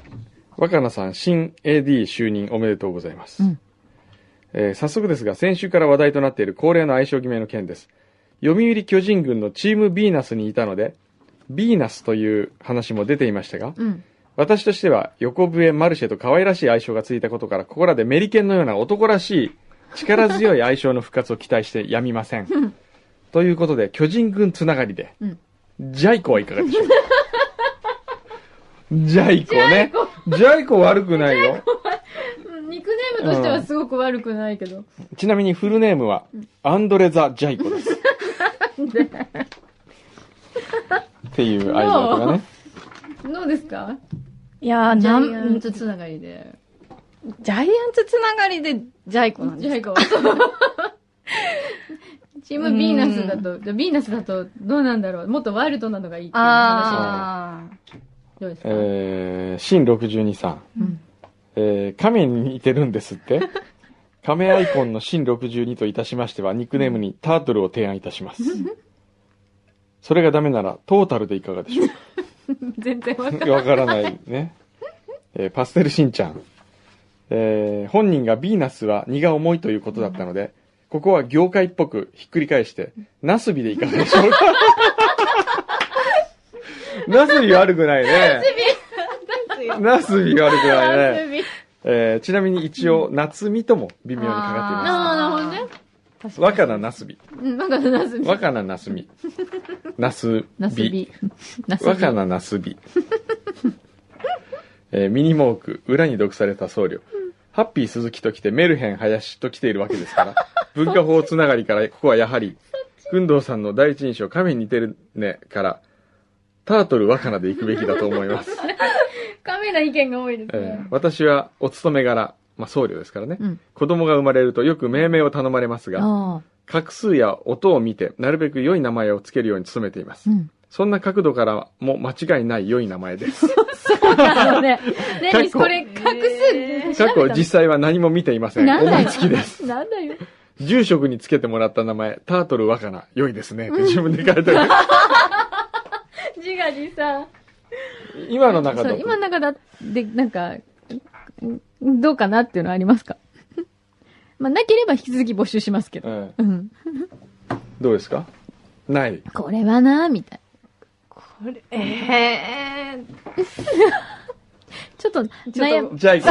Speaker 1: 若菜さん、新 AD 就任おめでとうございます。
Speaker 2: うん
Speaker 1: えー早速ですが、先週から話題となっている恒例の相性決めの件です。読売巨人軍のチームビーナスにいたので、ビーナスという話も出ていましたが、
Speaker 2: うん。
Speaker 1: 私としては横笛マルシェと可愛らしい愛称がついたことから、ここらでメリケンのような男らしい力強い愛称の復活を期待してやみません。ということで、巨人軍つながりで、
Speaker 2: うん
Speaker 1: ジャイコはいかがでしょうかジャイコね。ジャイコ悪くないよ。
Speaker 2: ニックネー
Speaker 1: ムとしては
Speaker 2: すごく悪くないけど。
Speaker 1: ちなみにフルネームは、アンドレザ・ジャイコです。っていう愛称がね。
Speaker 2: どうですか
Speaker 4: いやーなん、ジ
Speaker 2: とつながりで。
Speaker 4: *laughs* ャイアンツつながりでジャイコなんです。
Speaker 2: イコ。
Speaker 4: チームビーナスだと、じゃあビーナスだとどうなんだろうもっとワイルドなのがいいっていう話にな
Speaker 1: あ
Speaker 4: る。どうですか、
Speaker 1: えー、新62さん。
Speaker 2: うん
Speaker 1: えー、亀に似てるんですって
Speaker 2: *laughs*
Speaker 1: 亀アイコンの新62といたしましては、ニックネームにタートルを提案いたします。それがダメなら、トータルでいかがでしょうか
Speaker 4: 全然わかんない。
Speaker 2: *laughs*
Speaker 1: わからないね。えーパステルしんちゃん。えー本人がビーナスは荷が重いということだったので、ここは業界っぽくひっくり返して、ナスビでいかがでし
Speaker 2: *laughs*
Speaker 1: ょうかナスビ悪くないね。ナスビ悪くないね。えーちなみに一応、夏みとも微妙にかかっていま
Speaker 4: あーなるほどね。
Speaker 1: す。若菜なすび。
Speaker 4: うん、なんかナスビ。
Speaker 1: 若菜なす
Speaker 2: *laughs*
Speaker 1: み。なす
Speaker 2: ナス
Speaker 1: び。
Speaker 2: ビ。ナスビ
Speaker 1: 若。菜なすび。 *laughs* えーミニモーク、裏に毒された僧侶。ハッピー鈴木と来て、メルヘン林と来ているわけです
Speaker 2: *laughs*
Speaker 1: から、文化法つながりから、ここはやはり、軍藤さんの第一印象、亀に似てるね、から、タートル若菜で行くべきだと思います。
Speaker 4: カメラ意見が多いです
Speaker 1: えー
Speaker 4: ね。
Speaker 1: 私はお勤め柄、まあ、僧侶ですからね、
Speaker 2: うん
Speaker 1: 子供が生まれるとよく命名を頼まれますが
Speaker 2: あ
Speaker 1: 画数や音を見てなるべく良い名前をつけるように努めていま
Speaker 2: あ。
Speaker 1: す、
Speaker 2: うん。
Speaker 1: そんな角度からも間違いない良い名前です
Speaker 2: *laughs* なので、
Speaker 4: ね
Speaker 1: かっこ
Speaker 4: これ、隠す。
Speaker 1: 過去実際は何も見ていません
Speaker 2: なんだよ
Speaker 1: 思いつきです
Speaker 2: なんだよ。
Speaker 1: 住職につけてもらった名前タートル若菜良いですねって自分で書いてあ
Speaker 2: *laughs*
Speaker 1: る、
Speaker 4: *laughs* 自画自賛。
Speaker 1: 今の中
Speaker 2: そ
Speaker 1: だ
Speaker 2: う、
Speaker 1: と
Speaker 2: 今の中だで、なんか、んどうかなっていうのはありますか *laughs* まあ、なければ引き続き募集しますけ
Speaker 1: う
Speaker 2: ど。
Speaker 1: ん
Speaker 2: うん。
Speaker 1: どうですかない
Speaker 2: これはな、みたい
Speaker 4: これ、えー。
Speaker 2: な。ちょっと、悩む。
Speaker 1: ジャイ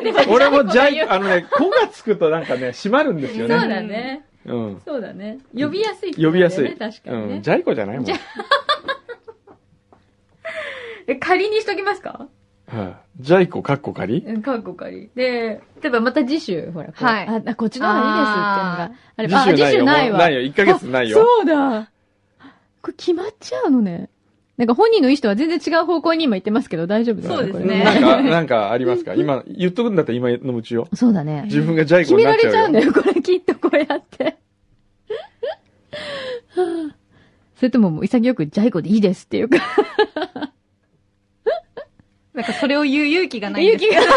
Speaker 1: クね俺もジャイクあのね「子」がつくとなんかね閉まるんですよ
Speaker 2: そう
Speaker 1: ね
Speaker 2: だね。
Speaker 1: うん
Speaker 2: そうだね。呼びやすいって
Speaker 1: 呼
Speaker 2: こ
Speaker 1: びや
Speaker 2: とだよね、
Speaker 1: すい。
Speaker 2: 確かに
Speaker 1: うん。
Speaker 2: ね。
Speaker 1: ジャイコじゃないもん。
Speaker 2: ジャ
Speaker 4: え、仮にしときますか
Speaker 1: はいジャイコ、カッコ仮
Speaker 4: うん、過去仮。で、
Speaker 2: 例えばまた次週、ほら、こう
Speaker 4: はい
Speaker 2: あ、あこっちの方がいいですっていうのがあれば、あ、
Speaker 1: 次
Speaker 2: 次
Speaker 1: 週
Speaker 2: 週
Speaker 1: な
Speaker 2: ないい
Speaker 1: よ。
Speaker 2: わ。
Speaker 1: ないよ。1ヶ月ないよ。
Speaker 2: そうだ。これ決まっちゃうのね。なんか本人の意思とは全然違う方向に今行ってますけど、大丈夫ですか
Speaker 4: そうです
Speaker 2: これ
Speaker 4: ね
Speaker 1: なんか、なんかありますか今、言っとくんだったら今のうちよ。
Speaker 2: *laughs* そうだね。
Speaker 1: 自分がジャイ
Speaker 2: 決
Speaker 1: コに
Speaker 2: め
Speaker 1: な
Speaker 2: ら
Speaker 1: っち
Speaker 2: れちゃ
Speaker 1: ゃ
Speaker 2: う
Speaker 1: うんよ。
Speaker 2: だよ、これきっとこうやって。 *laughs* それとももう潔くジャイコでいいですっていうか、
Speaker 4: なんかそれを言う勇気がないん
Speaker 2: 勇
Speaker 4: です
Speaker 2: 気が、
Speaker 1: 勇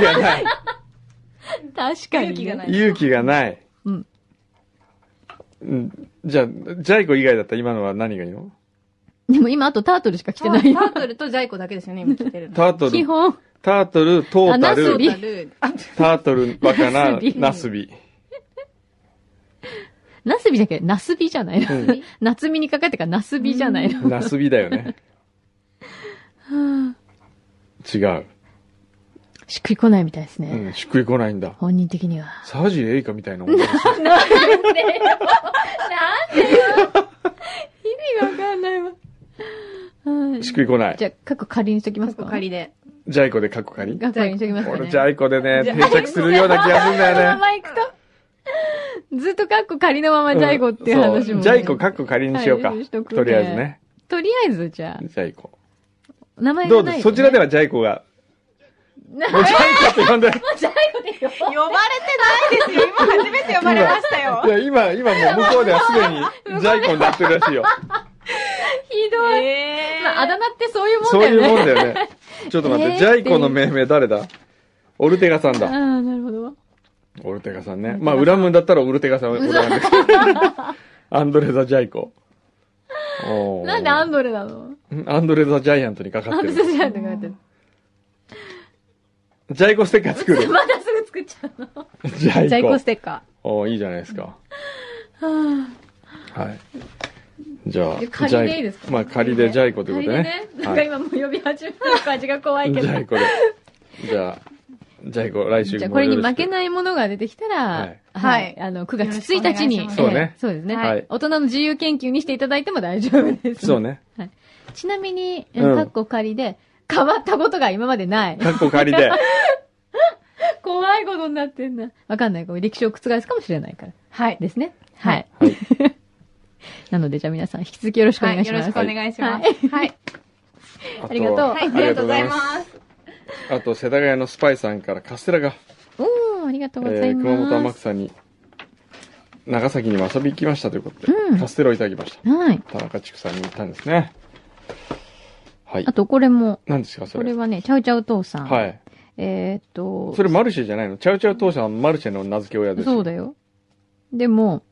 Speaker 1: 気がない。
Speaker 2: 確かにね。
Speaker 4: 勇気がない
Speaker 1: 勇気がない。
Speaker 2: うん
Speaker 1: うん。じゃあ、ジャイコ以外だったら今のは何がいいの
Speaker 2: でも今あとタートルしか来て
Speaker 4: あ
Speaker 2: ないよ
Speaker 4: タ。ートルとジャイコだけですよね、今来てるの。
Speaker 1: タート
Speaker 2: 基
Speaker 1: ル、
Speaker 2: 本。
Speaker 1: タートル、トータ
Speaker 2: あナス
Speaker 1: ル
Speaker 2: ビ、
Speaker 4: タル。あ、
Speaker 1: タートル、バカな
Speaker 2: ナスビ、
Speaker 1: ナスビ。
Speaker 2: ナスビじゃけナスビじゃないの。
Speaker 1: うん
Speaker 2: *laughs* 夏見にかかってからナスビじゃないの。
Speaker 1: ナスビだよね。違う。
Speaker 2: しっくりこないみたいですね。
Speaker 1: うん、しっくりこないんだ。
Speaker 2: 本人的には。
Speaker 1: サージエイカみたいな
Speaker 2: *laughs*
Speaker 1: もんですよ
Speaker 2: 意味がわかんないわ。はい
Speaker 1: しっくりこない
Speaker 2: じ。ゃあ、過去仮にしときますか。
Speaker 4: 仮で。
Speaker 1: ジャイコでカッコ仮
Speaker 2: 過去仮にしときますか、ね。
Speaker 1: 俺ジャイコでね、定着するような気がするんだ
Speaker 2: *laughs* こ
Speaker 1: よね。
Speaker 2: のまま行くと、ずっとカッコ仮のままジャイコっていう話もね、
Speaker 1: そうジャイコカッコ仮にしようか。
Speaker 2: はいしとくね
Speaker 1: とりあえずね。
Speaker 2: とりあえず、じゃ
Speaker 1: ジャイコ。
Speaker 2: あ、名前
Speaker 1: ど
Speaker 2: が
Speaker 1: う
Speaker 2: ない、
Speaker 1: ぞ、そ
Speaker 2: ね。
Speaker 1: ちらではジャイコが。もうジャイコって呼んで。
Speaker 4: 呼ばれ
Speaker 3: ですよ。今初めて呼ばれましたよ。
Speaker 1: いや、今、今もう向こうではすで
Speaker 2: *laughs*
Speaker 1: にジャイコになってるらしいよ。
Speaker 2: ひどい。
Speaker 4: え
Speaker 2: まあ、あだ名って *laughs* そういうもん
Speaker 1: そう
Speaker 2: だよ
Speaker 1: いう
Speaker 2: ね。
Speaker 1: もんだよね。ちょっと待っ
Speaker 2: えー
Speaker 1: て、ジャイコの命名誰だオルテガさん
Speaker 2: あ
Speaker 1: だ。
Speaker 2: あ、なるほど。
Speaker 1: オルテガさんね。まあ、裏ムだったらオルテ
Speaker 2: *laughs*
Speaker 1: ガさんはオルテガですけどアンドレザ・ジャイコ。おー
Speaker 2: なんでアンドレなの
Speaker 1: アンドレ・ザ・ジャイアントにかか
Speaker 2: ア
Speaker 1: っ
Speaker 2: ン
Speaker 1: て
Speaker 2: ドレ
Speaker 1: る。
Speaker 2: じゃなくなってる。
Speaker 1: ジャイコステッカー作る。
Speaker 2: *laughs* まだすぐ作っちゃうの。
Speaker 1: ジャイコ。
Speaker 4: ジャイコステッカ
Speaker 1: おーいいじゃないですか。はい。じゃあ、
Speaker 2: いや仮でいいです
Speaker 1: ジ
Speaker 2: か
Speaker 1: ャイコまあ仮でジャイコということ
Speaker 2: 仮で
Speaker 1: で
Speaker 2: ね
Speaker 1: ね。。
Speaker 2: なん
Speaker 1: は
Speaker 2: か
Speaker 1: い
Speaker 2: 今もう呼び始めたの感じが怖い
Speaker 1: ジ
Speaker 2: けど。
Speaker 1: ャイコで。じゃあ、ジャイコ来週も
Speaker 2: じゃあこれに
Speaker 1: よろし
Speaker 2: 負
Speaker 1: く
Speaker 2: けないものが出てきたら、
Speaker 1: はい
Speaker 4: はい
Speaker 2: あの、9月1日
Speaker 4: よ
Speaker 1: くお願い
Speaker 2: に
Speaker 4: ろ。し
Speaker 1: しますそうね
Speaker 2: ええそうですね、
Speaker 1: はい
Speaker 2: 大人の自由研究にしていただいても大丈夫です。
Speaker 1: そうね。
Speaker 2: ちなみに、え
Speaker 1: うん
Speaker 2: カッコ仮で、変わったことが今までない。
Speaker 1: かっこ仮で。
Speaker 2: 怖いことになってんな。わかんない。これ歴史を覆すかもしれないから。
Speaker 4: はい
Speaker 2: ですね。はい。
Speaker 1: はい。
Speaker 2: なので、じゃあ皆さん、引き続きよろしくお
Speaker 4: ー。は
Speaker 2: 願い
Speaker 4: い、
Speaker 2: し
Speaker 4: よ
Speaker 2: ま
Speaker 4: ろ
Speaker 2: す。
Speaker 4: しくお
Speaker 2: はい
Speaker 4: 願いします。はい。
Speaker 1: あ。
Speaker 2: ありがとう
Speaker 4: はい、ありがとうございますす。
Speaker 1: あと、世田谷のスパイさんからカステラが、
Speaker 2: うーん、ありがと
Speaker 1: え
Speaker 2: うござい
Speaker 1: ー
Speaker 2: ます。
Speaker 1: 熊本天草に長崎にも遊び行きましたということで、
Speaker 4: うん
Speaker 1: カステラをいただきました。
Speaker 4: はい。
Speaker 1: 田中畜産に行ったんですね。はい
Speaker 4: あ。と、これも、
Speaker 1: 何ですか、そ
Speaker 4: こ
Speaker 1: れ
Speaker 4: れ。はね、ちゃうちゃう父さん。
Speaker 1: はい。
Speaker 4: えーっと、
Speaker 1: それマルシェじゃないのチャウチャウ当社はマルシェの名付け親です。
Speaker 4: そうだよ。でも、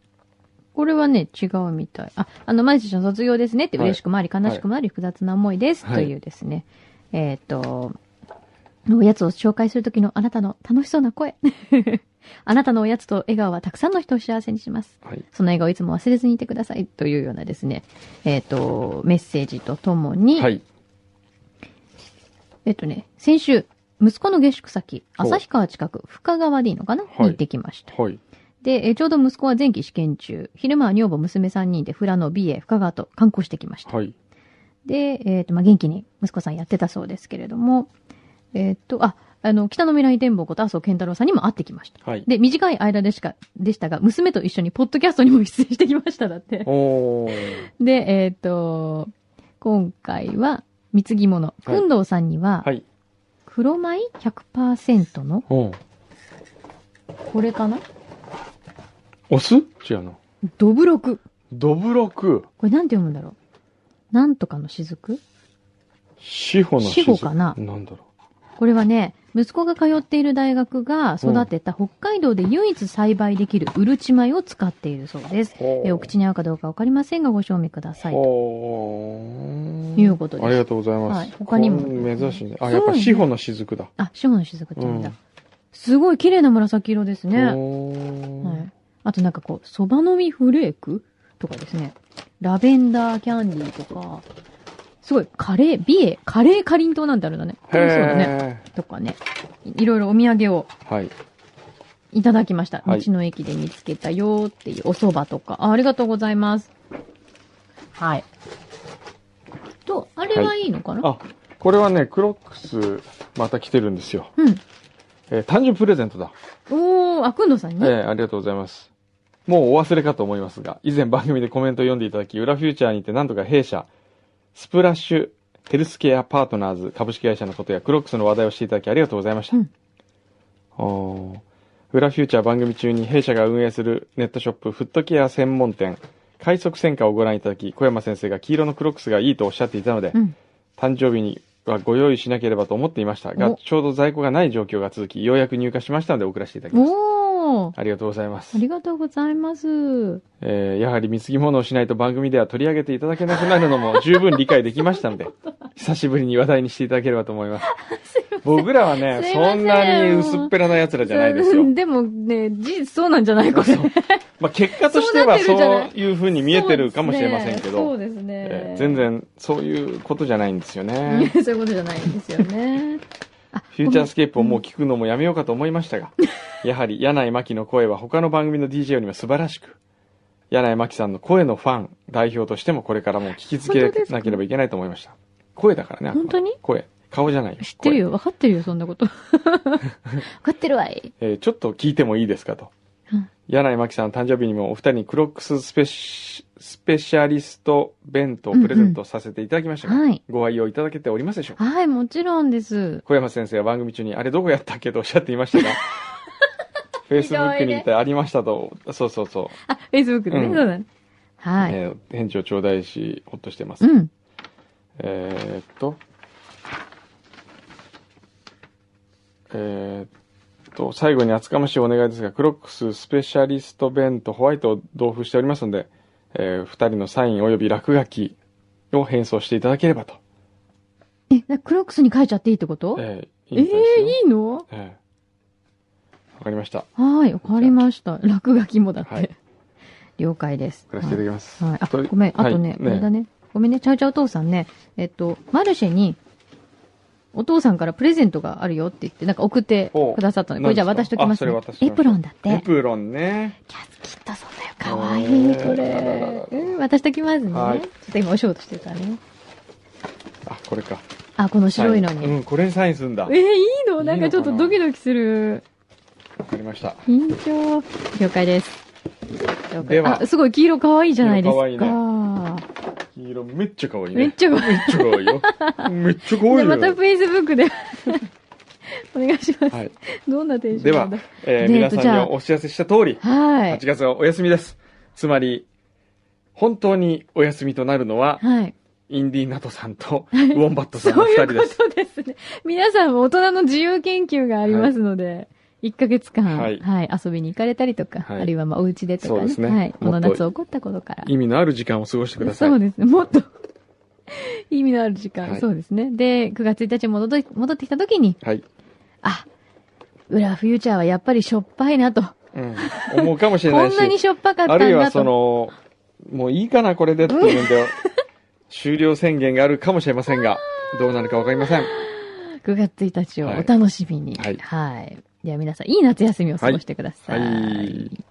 Speaker 4: これはね、違うみたい。あ、あの、毎日の卒業ですねって、
Speaker 1: はい
Speaker 4: 嬉しくもあり、悲しくもあり、複雑な思いです。
Speaker 1: はい
Speaker 4: というですね。えーっと、おやつを紹介するときのあなたの楽しそうな声。 *laughs* あなたのおやつと笑顔はたくさんの人を幸せにします。
Speaker 1: はい。
Speaker 4: その笑顔をいつも忘れずにいてください。というようなですね、えーっと、メッセージとともに、
Speaker 1: はい。
Speaker 4: えっとね、先週、息子の下宿先、
Speaker 1: ほう
Speaker 4: 旭川近く、深川でいいのかな、
Speaker 1: い
Speaker 4: に行ってきました。
Speaker 1: はい。
Speaker 4: で、えーちょうど息子は前期試験中、昼間は女房娘3人で富良野、美瑛、深川と観光してきました。
Speaker 1: はい。
Speaker 4: で、えっ、と、まあ、元気に息子さんやってたそうですけれども、えっ、と、あ、あの、北の未来展望こと麻生健太郎さんにも会ってきました。
Speaker 1: はい。
Speaker 4: で、短い間でしか、でしたが、娘と一緒にポッドキャストにも出演してきました、だって。
Speaker 1: おー。
Speaker 4: で、えっ、と、今回は、貢ぎ物。
Speaker 1: はい
Speaker 4: くんどうさんには
Speaker 1: は、い。
Speaker 4: 黒米100%の、
Speaker 1: お
Speaker 4: これかな
Speaker 1: お酢違うの。
Speaker 4: どぶろく。
Speaker 1: どぶろく。
Speaker 4: これなんて読むんだろうなんとかの雫
Speaker 1: 司法の
Speaker 4: 司法かな
Speaker 1: なんだろ
Speaker 4: これはね、息子が通っている大学が育てた北海道で唯一栽培できるうるち米を使っているそうです。
Speaker 1: う。お
Speaker 4: えお口に合うかどうかわかりませんがご賞味ください。と
Speaker 1: おー。
Speaker 4: いうことです
Speaker 1: ありがとうございます。
Speaker 4: はい他にも
Speaker 1: こん珍しいね。あ、
Speaker 4: す
Speaker 1: やっ
Speaker 4: ごい
Speaker 1: ぱ
Speaker 4: ね
Speaker 1: 司法の雫だ。
Speaker 4: あ、シモの雫って言うん
Speaker 1: う
Speaker 4: だ
Speaker 1: ん。
Speaker 4: すごい綺麗な紫色ですね。は
Speaker 1: おー
Speaker 4: い。あとなんかこう、蕎麦の実フレークとかですね。ラベンダーキャンディーとか、すごいカレー、美瑛、カレーかりんとうなんてあるんだね。
Speaker 1: へ
Speaker 4: 楽しそうだね。
Speaker 1: え。
Speaker 4: とかね。いいろいろお土産を
Speaker 1: はい。
Speaker 4: いただきました。道
Speaker 1: はい
Speaker 4: の駅で見つけたよーっていうお蕎麦とか。あありがとうございます。はい。と、あれはいいのかな、
Speaker 1: あ、これはね、クロックス、また来てるんですよ。
Speaker 4: うん。
Speaker 1: えー誕生日プレゼントだ。
Speaker 4: おー、あくんどさんに、
Speaker 1: えーありがとうございます。もうお忘れかと思いますが、以前番組でコメントを読んでいただき、裏フューチャーにてなんとか弊社、スプラッシュヘルスケアパートナーズ株式会社のことやクロックスの話題をしていただきありがとうございました。
Speaker 4: うん
Speaker 1: おー裏フューチャー番組中に弊社が運営するネットショップフットケア専門店、快速専科をご覧いただき、小山先生が黄色のクロックスがいいとおっしゃっていたので、
Speaker 4: うん。
Speaker 1: 誕生日にはご用意しなければと思っていましたが、
Speaker 4: お
Speaker 1: ちょうど在庫がない状況が続き、ようやく入荷しましたので送らせていただきます。
Speaker 4: おー、
Speaker 1: ありがとうございます
Speaker 4: あ。りがとうございます。
Speaker 1: えーやはり貢ぎ物をしないと番組では取り上げていただけなくなるのも十分理解できましたの
Speaker 4: *laughs*
Speaker 1: で、久しぶりに話題にしていただければと思います。僕らはね、
Speaker 4: すいませ
Speaker 1: そ
Speaker 4: ん
Speaker 1: んなに薄っぺらな奴らじゃないですよ
Speaker 4: *laughs* 。でもね、事実そうなんじゃないこれ。
Speaker 1: そうまあ、結果としては
Speaker 4: そ
Speaker 1: そう
Speaker 4: なってるじゃないう
Speaker 1: いう風に見えてるかもしれませんけ
Speaker 4: そ
Speaker 1: ど、
Speaker 4: うですね。
Speaker 1: えー全然そういうことじゃないんですよね。
Speaker 4: *laughs* そういうことじゃないんですよ
Speaker 1: *laughs*
Speaker 4: ね。あ、
Speaker 1: フューチャースケープをもう聞くのもやめようかと思いました
Speaker 4: *laughs*
Speaker 1: が、やはり柳井真紀の声は他の番組の DJ よりも素晴らしく、柳井真紀さんの声のファン、代表としてもこれからも聞き続
Speaker 4: 本当で
Speaker 1: け
Speaker 4: すか
Speaker 1: なければいけないと思いました。声だからね。あくまで
Speaker 4: 本当に
Speaker 1: 声。顔じゃないよ。
Speaker 4: 知ってるよ。わかってるよ、そん
Speaker 1: *laughs*
Speaker 4: なこと。わかってるわい。
Speaker 1: 声。えーちょっと聞いてもいいですかと
Speaker 4: うん。
Speaker 1: 柳井真紀さんの誕生日にもお二人にクロックススペシスペシャリスト弁当をプレゼントさせていただきましたが、
Speaker 4: はい。
Speaker 1: ご愛用いただけておりますでしょうか
Speaker 4: はい、もちろんです。
Speaker 1: 小山先生は番組中に、あれどこやったっけとおっしゃっていました
Speaker 4: *laughs*
Speaker 1: が、フェイスブックに行ってありましたと、そうそうそ
Speaker 4: あ、Facebook でね、
Speaker 1: うん
Speaker 4: そうだね。
Speaker 1: う、
Speaker 4: はい。
Speaker 1: えー返事を頂戴し、ほっとしてます。
Speaker 4: うん。
Speaker 1: えーっと、えーっと、最後に厚かましいお願いですが、クロックススペシャリスト弁とホワイトを同封しておりますので、えー二人のサイン及び落書きを返送していただければと。
Speaker 4: え、なクロックスに書いちゃっていいってことえ
Speaker 1: えー
Speaker 4: えー、
Speaker 1: いいみたいですよ
Speaker 4: いいの
Speaker 1: えーわ、かりました。
Speaker 4: はい、わかりました。落書きもだって。
Speaker 1: はい
Speaker 4: 了解です。
Speaker 1: 送らせていただきます。
Speaker 4: はい。あ、
Speaker 1: と
Speaker 4: ごめん。あとね、
Speaker 1: はい
Speaker 4: これだね。ごめんね、ちゃうちゃうお父さんね。えっと、マルシェに、お父さんからプレゼントがあるよって言って、なんか送って
Speaker 1: お
Speaker 4: くださったので、これじゃあ渡しときますね。
Speaker 1: 何ですかあそれ渡しときましょう
Speaker 4: エプロンだっ
Speaker 1: エ
Speaker 4: て。
Speaker 1: プロンね。
Speaker 4: キャスキットそんだよ。かわいい、こ
Speaker 1: あららら
Speaker 4: れ
Speaker 1: ら。
Speaker 4: うん、渡しときますね。ち
Speaker 1: はい
Speaker 4: ょっと今お仕事してたね。
Speaker 1: あ、これか。
Speaker 4: あ、この白いの
Speaker 1: サ
Speaker 4: に
Speaker 1: イン。うん、これにサインするんだ。
Speaker 4: えー
Speaker 1: わ
Speaker 4: いいのなんかちょっとドキドキする。
Speaker 1: かりました。
Speaker 4: 緊張。了解です。了解
Speaker 1: では
Speaker 4: あ、すごい黄色可愛いじゃないですか。
Speaker 1: 黄色黄色めっちゃ可愛いね。
Speaker 4: *laughs* めっちゃ可愛い。
Speaker 1: めっちゃ可愛いよ。めっちゃ可愛い
Speaker 4: で、 *laughs*
Speaker 1: よ。
Speaker 4: また Facebook で、お願いします。
Speaker 1: はい。
Speaker 4: どんなテンシ
Speaker 1: で
Speaker 4: ョンな
Speaker 1: は
Speaker 4: んだ、
Speaker 1: えー
Speaker 4: で
Speaker 1: 皆さん
Speaker 4: じ
Speaker 1: に
Speaker 4: ゃあ
Speaker 1: お知らせした通り、
Speaker 4: はい
Speaker 1: 8。月はお休みです。つまり、本当にお休みとなるのは、
Speaker 4: はい。
Speaker 1: インディーナトさんとウォンバットさんの
Speaker 4: そう
Speaker 1: 二人
Speaker 4: いう
Speaker 1: で
Speaker 4: こ
Speaker 1: す。
Speaker 4: とですね。皆さんも大人の自由研究がありますので、一1ヶ月間、
Speaker 1: は
Speaker 4: はいい、遊びに行かれたりとか、
Speaker 1: はい
Speaker 4: あるいはまあお家でとかね。
Speaker 1: そうですね
Speaker 4: はい。
Speaker 1: も
Speaker 4: こ
Speaker 1: っと
Speaker 4: の夏起こったことから。
Speaker 1: 意味のある時間を過ごしてください。
Speaker 4: そうですね。もっと、 *laughs* 意味のある時間、
Speaker 1: はい
Speaker 4: そうですね。で、9月1日戻って、戻ってきた時に、
Speaker 1: はい。
Speaker 4: あ、裏フューチャーはやっぱりしょっぱい
Speaker 1: *laughs*
Speaker 4: なと。
Speaker 1: うん。思うかもしれな
Speaker 4: こ
Speaker 1: い
Speaker 4: んなに
Speaker 1: し、
Speaker 4: しょっぱかった
Speaker 1: あ
Speaker 4: んだ
Speaker 1: る
Speaker 4: と。
Speaker 1: いはその、もういいかな、これでっていうん
Speaker 4: *laughs*
Speaker 1: で、終了宣言があるかもしれませんが、どうなるかわかりません。
Speaker 4: 9月1日をお楽しみに。
Speaker 1: は
Speaker 4: はいい。では皆さん、いい夏休みを過ごしてください。
Speaker 1: はい